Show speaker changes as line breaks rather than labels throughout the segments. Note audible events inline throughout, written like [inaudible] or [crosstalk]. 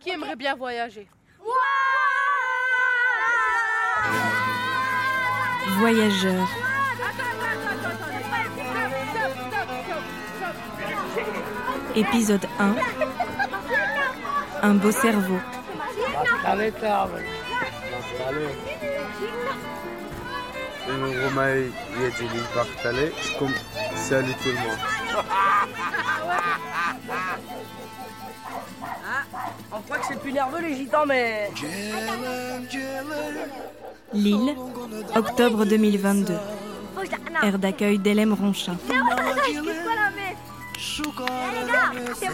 Qui aimerait bien voyager
Voyageurs, épisode 1. Un beau cerveau.
وما يجري البخت عليكم سالي tout le monde.
On croit que c'est plus nerveux les gitans, mais.
Lille, octobre 2022. Aire d'accueil d'Hélène Ronchin.
C'est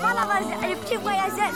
pas la base, les petits voyageurs.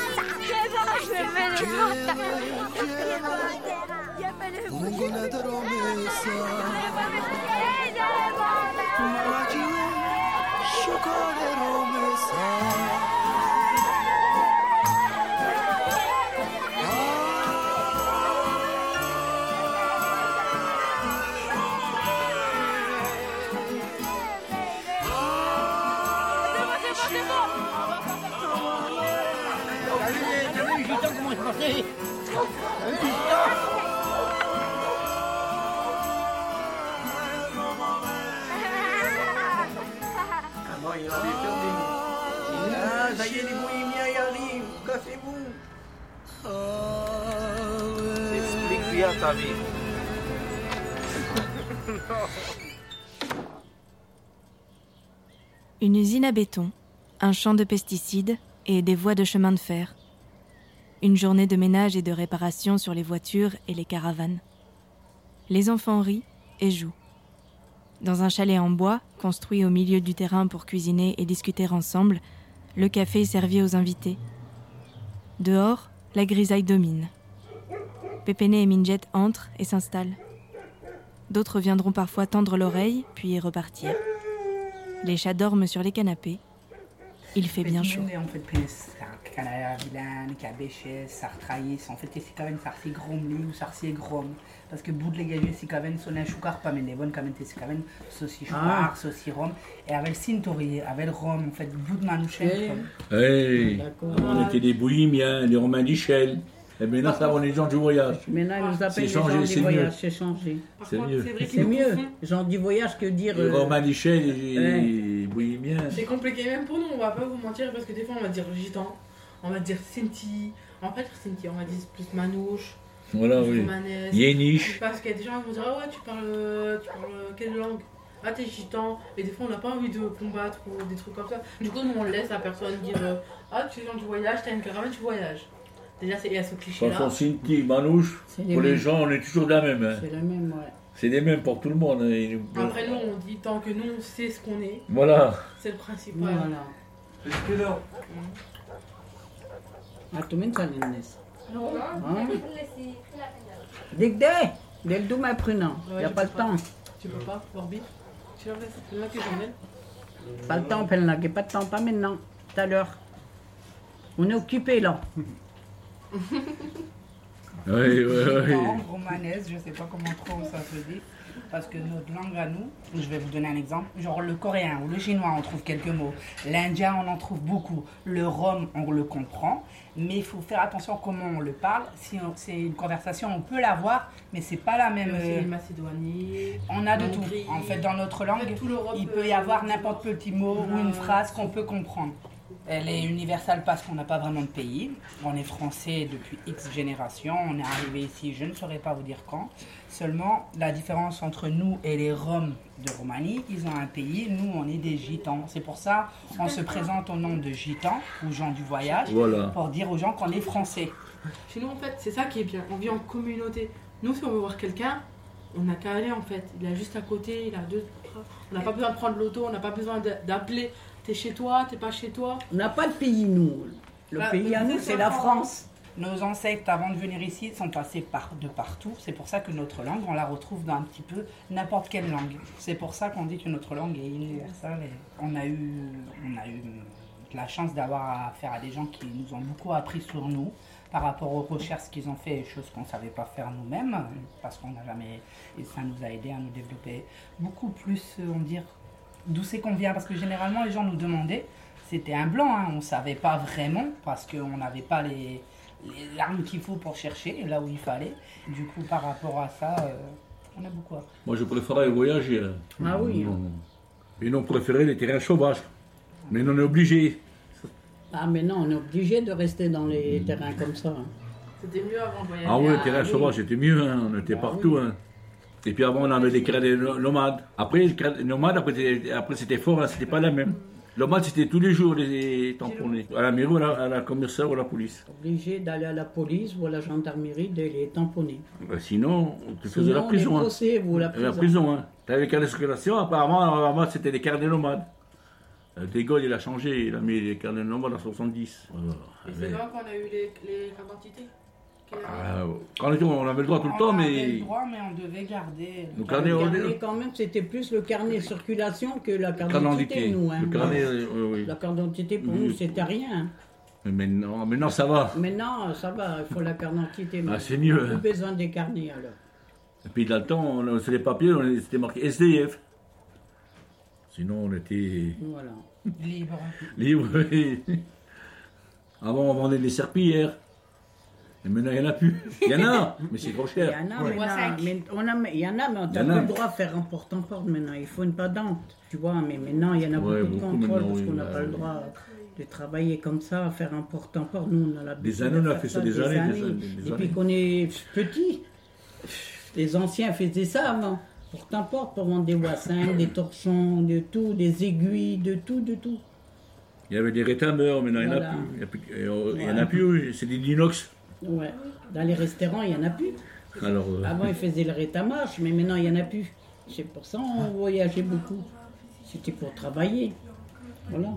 Explique bien ta vie.
Une usine à béton, un champ de pesticides et des voies de chemin de fer. Une journée de ménage et de réparation sur les voitures et les caravanes. Les enfants rient et jouent. Dans un chalet en bois, construit au milieu du terrain pour cuisiner et discuter ensemble, le café est servi aux invités. Dehors, la grisaille domine. Pépéné et Minjet entrent et s'installent. D'autres viendront parfois tendre l'oreille, puis repartir. Les chats dorment sur les canapés. Il fait bien chaud.
En fait, villan, kabeche, sartraïs. En fait, c'est quand même sarsi gromli ou sarsi grom. Parce que bout de l'égager, c'est quand même son achoukar, pas mais bon, quand même, c'est quand même sauci
Ah.
choucar, sauci rom. Et avec sintori, avec rom, en fait, bout de manouchen.
Ah,
Hey, avant, on était des bohémiens, des romains d'Ichel. Et maintenant, ça, on est des gens du voyage.
Maintenant, ils nous
C'est
appellent les
changé,
gens
c'est
du
mieux.
voyage, c'est changé.
C'est mieux.
C'est mieux, gens du voyage que dire.
Les
euh,
romains d'Ichel et
Ouais.
les bohémiens.
C'est compliqué même pour nous, on va pas vous mentir parce que des fois on va dire gitan, on va dire Sinti, on va pas dire Sinti, on va dire plus manouche,
Voilà,
plus
Ah oui.
romanesque.
Yéniche.
Parce qu'il y a des gens qui vont dire Ah ouais, tu parles, euh, tu parles euh, quelle langue Ah, t'es gitan. Et des fois, on n'a pas envie de combattre ou des trucs comme ça. Du coup, nous, on laisse la personne dire euh, Ah, tu es dans du voyage, t'as une caravane, tu voyages. Déjà, c'est- il y a ce cliché-là.
Chanson Sinti, Manouche.
c'est
Pour les
mêmes.
gens, on est toujours de la même. hein.
C'est le même, ouais.
C'est les mêmes pour tout le monde. hein. Et-
Après, nous, on dit Tant que nous, on sait ce qu'on est,
Voilà.
c'est le principal.
Voilà. À tout le monde, Ah, ça l'est. Hein? Dégdé Del doux, ma prudent. Il
Ouais,
n'y a
je
pas le
sais pas.
temps.
Tu peux pas, Orbi Tu l'emmènes C'est là que j'emmène.
Pas le temps, Pelna. Pas de temps, pas maintenant. Tout à l'heure. On est occupé là.
Oui, oui, oui.
langue romanaise, je sais pas comment trop ça se dit, parce que notre langue à nous, je vais vous donner un exemple, genre le coréen ou le chinois, on trouve quelques mots, l'indien, on en trouve beaucoup, le rome, on le comprend, mais il faut faire attention à comment on le parle, si on- c'est une conversation, on peut l'avoir, mais c'est pas la même...
C'est
euh,
Macédonie.
on a de tout,
Hongrie.
en fait, dans notre
En fait,
langue,
tout l'Europe,
il
euh,
peut y avoir n'importe quel petit mot ou
Ouais.
une phrase qu'on peut comprendre. Elle est universelle parce qu'on n'a pas vraiment de pays. On est français depuis X générations. On est arrivé ici, je ne saurais pas vous dire quand. Seulement, la différence entre nous et les Roms de Roumanie, ils ont un pays. Nous, on est des Gitans. C'est pour ça on se présente au nom de Gitans ou gens du voyage
Voilà.
pour dire aux gens qu'on est français.
Chez nous, en fait, c'est ça qui est bien. On vit en communauté. Nous, si on veut voir quelqu'un, on n'a qu'à aller, en fait. Il est juste à côté, il a deux. trois. On n'a pas besoin de prendre l'auto, on n'a pas besoin de- d'appeler. T'es chez toi, t'es pas chez toi.
On n'a pas de pays, nous. Le
Bah,
pays à
vous,
nous,
c'est
c'est
la
la
France.
France.
Nos ancêtres, avant de venir ici, sont passés par, de partout. C'est pour ça que notre langue, on la retrouve dans un petit peu n'importe quelle langue. C'est pour ça qu'on dit que notre langue est universelle. et on, a eu, on a eu de la chance d'avoir affaire à des gens qui nous ont beaucoup appris sur nous par rapport aux recherches qu'ils ont fait, choses qu'on ne savait pas faire nous-mêmes, parce qu'on n'a jamais... Et ça nous a aidé à nous développer beaucoup plus, euh, on va dire, d'où c'est qu'on vient. Parce que généralement, les gens nous demandaient, c'était un blanc, hein, on ne savait pas vraiment, parce qu'on n'avait pas les
les armes qu'il faut pour chercher, là où il fallait. Du coup, par rapport à ça, euh, on a beaucoup appris.
Moi, je préférais voyager. là.
Ah oui.
Non, non. Et non, préférer les terrains sauvages. Mais non, on est obligé.
Ah, mais non, on est obligé de rester dans les terrains comme ça. hein.
C'était mieux avant de voyager.
Ah oui, les
Ah
terrains
oui.
sauvages, c'était mieux. hein. On était partout. hein. Et puis avant, on avait des crédits no- nomades. Après, les crédits nomades, après, c'était- après, c'était fort, hein, c'était pas la même. Nomade, c'était tous les jours, les tamponnés. À la mairie, ou à la, à la commissaire ou à la police.
Obligé d'aller à la police ou à la gendarmerie de les tamponner.
Ben, sinon, tu faisais
Sinon,
la prison.
les
hein.
procès ou la prison.
La prison, hein. T'avais qu'à la circulation, apparemment, euh, avant c'était des carnets nomades. Euh, De Gaulle, il a changé, il a mis les carnets nomades en 70. Euh,
Et
mais-
c'est là qu'on a eu les, les cartes d'identité. Quelle heure
Ah, quand on était- on avait le droit tout le temps,
on avait
mais.
le droit, mais on devait garder. euh,
Le
Le
carnet, on-
carnet, quand même, c'était plus le carnet circulation que la
le
carte
carnet
d'identité,
indiqué.
nous. hein.
Le carnet, euh, oui, oui.
La carte d'identité, pour
Oui.
nous, c'était rien.
Mais maintenant, maintenant, ça va.
Maintenant, ça va, il faut la carte d'identité. mais
Ah, c'est mieux.
Plus
hein.
besoin des carnets, alors.
Et puis, dans le temps, on- sur les papiers, on- c'était marqué SDF. Sinon, on était
Voilà.
Libre.
libre. Avant, on vendait des serpillères. Et maintenant, il n'y en a plus. Il y en a, mais c'est trop
Il y
cher.
en a,
Ouais.
mais non, mais on a- mais il y en a, mais on
Il
n'a
y en a.
plus le droit de faire un porte-en-porte maintenant. Il faut une patente. Tu vois, mais maintenant, il y en a
Ouais,
beaucoup de
beaucoup
contrôles
maintenant,
parce
oui,
qu'on n'a
bah,
pas le
oui.
droit de travailler comme ça, faire un porte-en-porte. Nous, on a l'habitude.
Des
de
années, on a
faire
fait ça des années, des années, des
Et
années.
puis qu'on est petit, les anciens faisaient ça avant. Porte-en-porte pour vendre des wassins, des torchons, de tout, des aiguilles, de tout, de tout.
Il y avait des rétameurs, maintenant il n'y en a
Voilà.
plus. Il y a plus- euh, Il y en a plus, oui, c'est des inox.
Ouais. Dans les restaurants, il n'y en a plus.
Alors, euh,
Avant, ils faisaient le rétamarche, mais maintenant, il n'y en a plus. C'est pour ça qu'on voyageait beaucoup. C'était pour travailler. Voilà.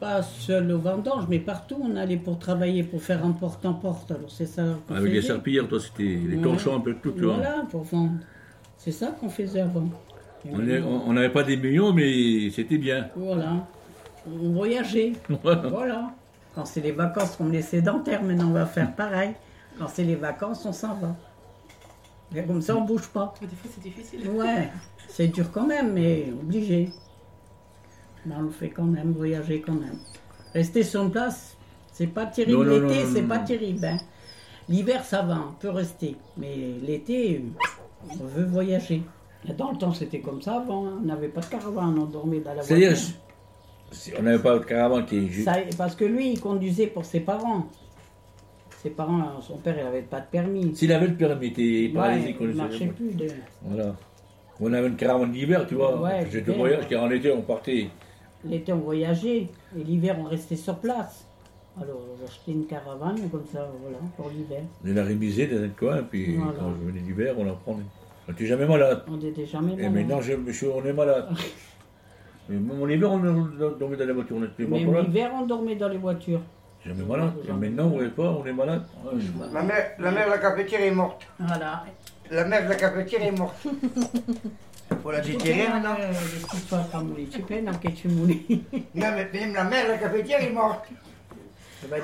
Pas seul au vendange, mais partout, on allait pour travailler, pour faire un porte-en-porte. Alors, c'est ça qu'on
avec les
faisait.
serpillères, toi, c'était les
Ouais.
torchons, un peu tout, tu vois.
Voilà, pour vendre. C'est ça qu'on faisait avant.
On est- On on n'avait pas des millions, mais c'était bien. [laughs]
Voilà. On voyageait.
Voilà.
Voilà. Quand c'est les vacances, on est sédentaire, maintenant on va faire pareil. Quand c'est les vacances, on s'en va. Mais comme ça, on bouge pas.
Mais Des fois, c'est difficile.
Ouais, c'est dur quand même, mais obligé. Mais on le fait quand même, voyager quand même. Rester sur une place, c'est pas
Non,
terrible.
non, non,
L'été,
non,
c'est
non,
pas
non.
terrible. hein. L'hiver, ça va, on peut rester. Mais l'été, on veut voyager. Et Dans le temps, c'était comme ça avant. hein. On n'avait pas de caravane, on dormait dans la
C'est-à-dire,
voiture.
c'est- on n'avait pas de caravane qui est juste.
Ça, parce que lui, il conduisait pour ses parents. Ses parents, son père, il n'avait pas de permis.
S'il avait le permis, t'es
Ouais,
paralysé.
il
qu'on
ne
le
marchait
savait pas.
plus. de-
Voilà. On avait une caravane d'hiver, tu vois.
Ouais,
J'étais
l'hiver.
au voyage, car en été, on partait.
L'été, on voyageait, et l'hiver, on restait sur place. Alors, on achetait une caravane, comme ça, voilà, pour l'hiver.
On la rémisée dans un coin, puis
Voilà.
quand je venais d'hiver, on la prenait. On n'était jamais malade.
On n'était jamais
Et
malade.
maintenant, je, je suis- on
[laughs]
est malade. Mais mon hiver, on est tombé dans la voiture, on n'était pas
Mais
malade.
l'hiver, on dormait dans les voitures.
Jamais malade. Et maintenant, vous voyez pas, on est malade.
La mère, la mère de la cafetière est morte.
Voilà.
La mère de la cafetière
[laughs]
est morte. Faut la déterrer maintenant.
euh, [laughs]
Non, mais même la mère de la cafetière est morte.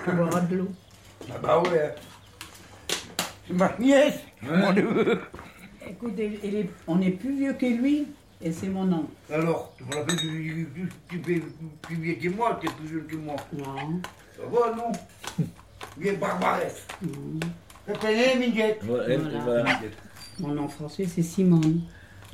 Ah bah ouais. C'est ma nièce. Mon neveu.
Écoute, il- il est- on est plus vieux que lui, et c'est mon oncle.
Alors, tu me rappelles plus, plus, plus, plus, plus vieux que moi, t'es plus jeune que moi.
Non.
Ça va,
[laughs]
non Vieux barbaresse.
Mm-hmm.
Ça t'est né, Minguette
Voilà, elle,
Voilà.
voilà.
Mon nom français, c'est Simone.
ben,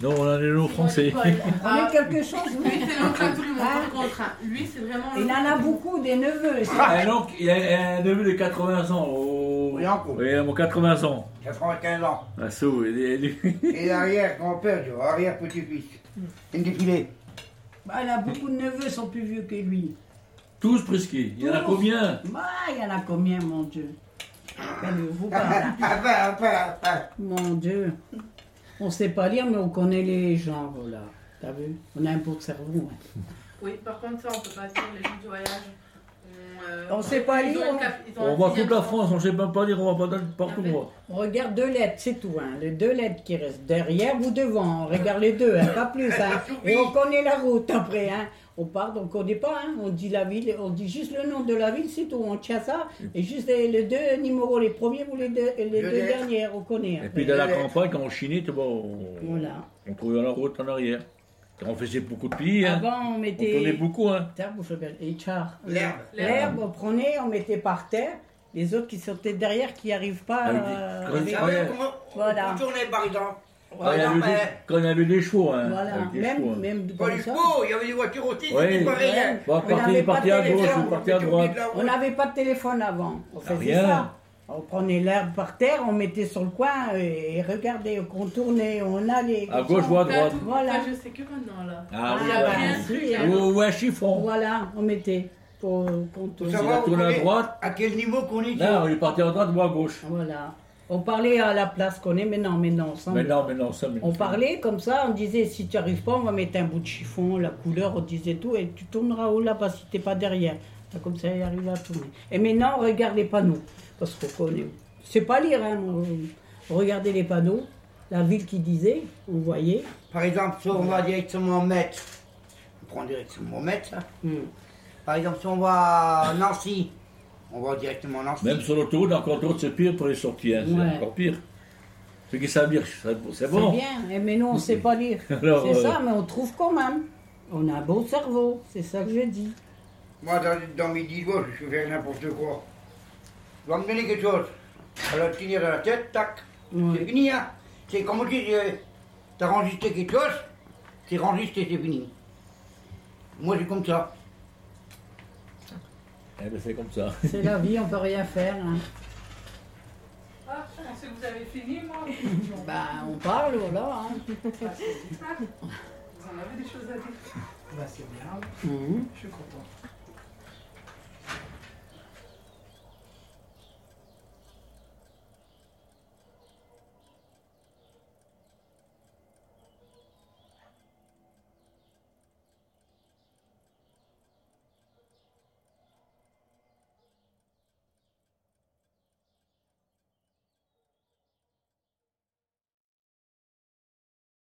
Non, on a les noms français. [laughs]
Ah,
Prenez quelque chose,
lui,
[laughs] oui.
c'est l'oncle à tout le monde,
Ah.
pas le contraire. hein. Lui, c'est vraiment
Il en a beaucoup, des neveux. ça.
Un oncle, Eh, il a un neveu de 80 ans. Oh.
Oui, encore.
Oui, mon 80 ans.
95 ans.
Ah, saut, il est- il est- [laughs]
Et l'arrière, grand-père, tu vois, arrière petit-fils.
Mm.
Il me défilait.
Bah, il a beaucoup de neveux, sont plus vieux que lui.
Tous presque. Il y en a combien
Bah, il y en a combien, mon Dieu Ben, Vous parlez.
Enfin, Ah, ben, enfin, enfin.
Mon Dieu. On sait pas lire, mais on connaît les gens, voilà. T'as vu On a un beau cerveau. hein.
Oui, par contre, ça, on peut pas dire les gens du voyage. On, euh,
On sait pas
ils ont
lire.
une cap- ils ont
On
un
voit
sixième
toute la
sens.
France, on ne sait même pas dire, on va pas dans- partout.
Après.
voir.
On regarde deux lettres, c'est tout. Hein. Les deux lettres qui restent derrière ou devant. On regarde les deux, hein, pas plus.
[laughs]
hein. Et on connaît la route après. Hein. On part, on connaît pas. hein. On dit la ville, on dit juste le nom de la ville, c'est tout. On tient ça. Et juste les, les deux numéros, les premiers ou les deux, les deux
lettres.
dernières, on connaît. hein.
Et
après.
puis dans la campagne, quand on chinait, tu vois, on,
Voilà.
on trouvait la route en arrière. On faisait beaucoup de plis. hein.
Avant, on
On tournait
mettait.
beaucoup. Hein.
Terre, bouche, et char.
L'herbe.
L'herbe, on prenait, on mettait par terre, Les autres qui sortaient derrière, qui n'arrivent pas euh,
Ah oui,
à...
Vous
quand ils- Ouais.
savez comment
Voilà.
on tournait par exemple
Quand il y
Voilà,
avait des-
mais
quand il y avait des chevaux, hein.
Voilà,
avec des
même,
chevaux, hein.
même
pas
comme
les
ça.
chevaux, euh, il y avait des voitures aussi,
Ouais.
c'était hein. pas rien.
Ouais.
Bon,
On
partez-
n'avait pas
partez à
de téléphone,
gauche,
on
vous partez à
était
droite.
obligés de
On n'avait pas de téléphone avant. On faisait
Ah, rien.
ça. On prenait l'herbe par terre, on mettait sur le coin et, et regardez, on tournait, on allait.
À
comme
gauche
ça.
ou à droite.
Voilà.
Voilà.
je sais que maintenant là.
Ah
Ah,
oui,
bah,
ouais.
si, hein.
Ou, ou un chiffon.
Voilà, on mettait pour qu'on tourne.
Faut
Il
savoir
a
où
tourné
on
à
est,
droite.
À quel niveau qu'on est
Là, on est parti à droite ou à gauche.
Voilà. On parlait à la place qu'on est, mais non, mais non, sans-
Mais non, mais non, ça. mais-
On parlait comme ça, on disait si tu arrives pas, on va mettre un bout de chiffon, la couleur, on disait tout, et tu tourneras où là-bas si t'es pas derrière. Ça, Comme ça, il arrive à tourner. Et maintenant, on regarde les panneaux, parce qu'on connaît. C'est pas lire, hein. on- on regardait les panneaux, la ville qui disait, on voyait.
Par exemple, si on va directement au Metz, on prend directement au Metz. hein.
Hmm.
Par exemple, si on va à Nancy, on va directement à Nancy.
Même sur l'autoroute, encore l'autoroute, c'est pire pour les sorties. hein.
Ouais.
C'est encore pire. Ceux qui savent lire, c'est c'est
C'est
bon.
bien, eh, mais nous, on sait pas lire.
[laughs] Alors,
c'est
euh,
ça, mais on trouve quand même. On a un beau cerveau, c'est ça que je dis.
Moi, dans, dans mes dix doigts, je fais n'importe quoi. Je vais me donner quelque chose. Alors, tu tires à la tête, tac.
Ouais.
C'est fini, hein. C'est comme on dit, euh, t'as enregistré quelque chose, c'est enregistré, c'est fini. Moi, j'ai comme ça.
eh ben, c'est comme ça.
C'est la vie, on peut rien faire. hein.
Ah, je pensais que vous avez fini, moi.
[laughs] Bah, on parle, voilà. hein.
Vous en avez des choses à dire.
Bah, c'est bien,
Mhm.
je suis content.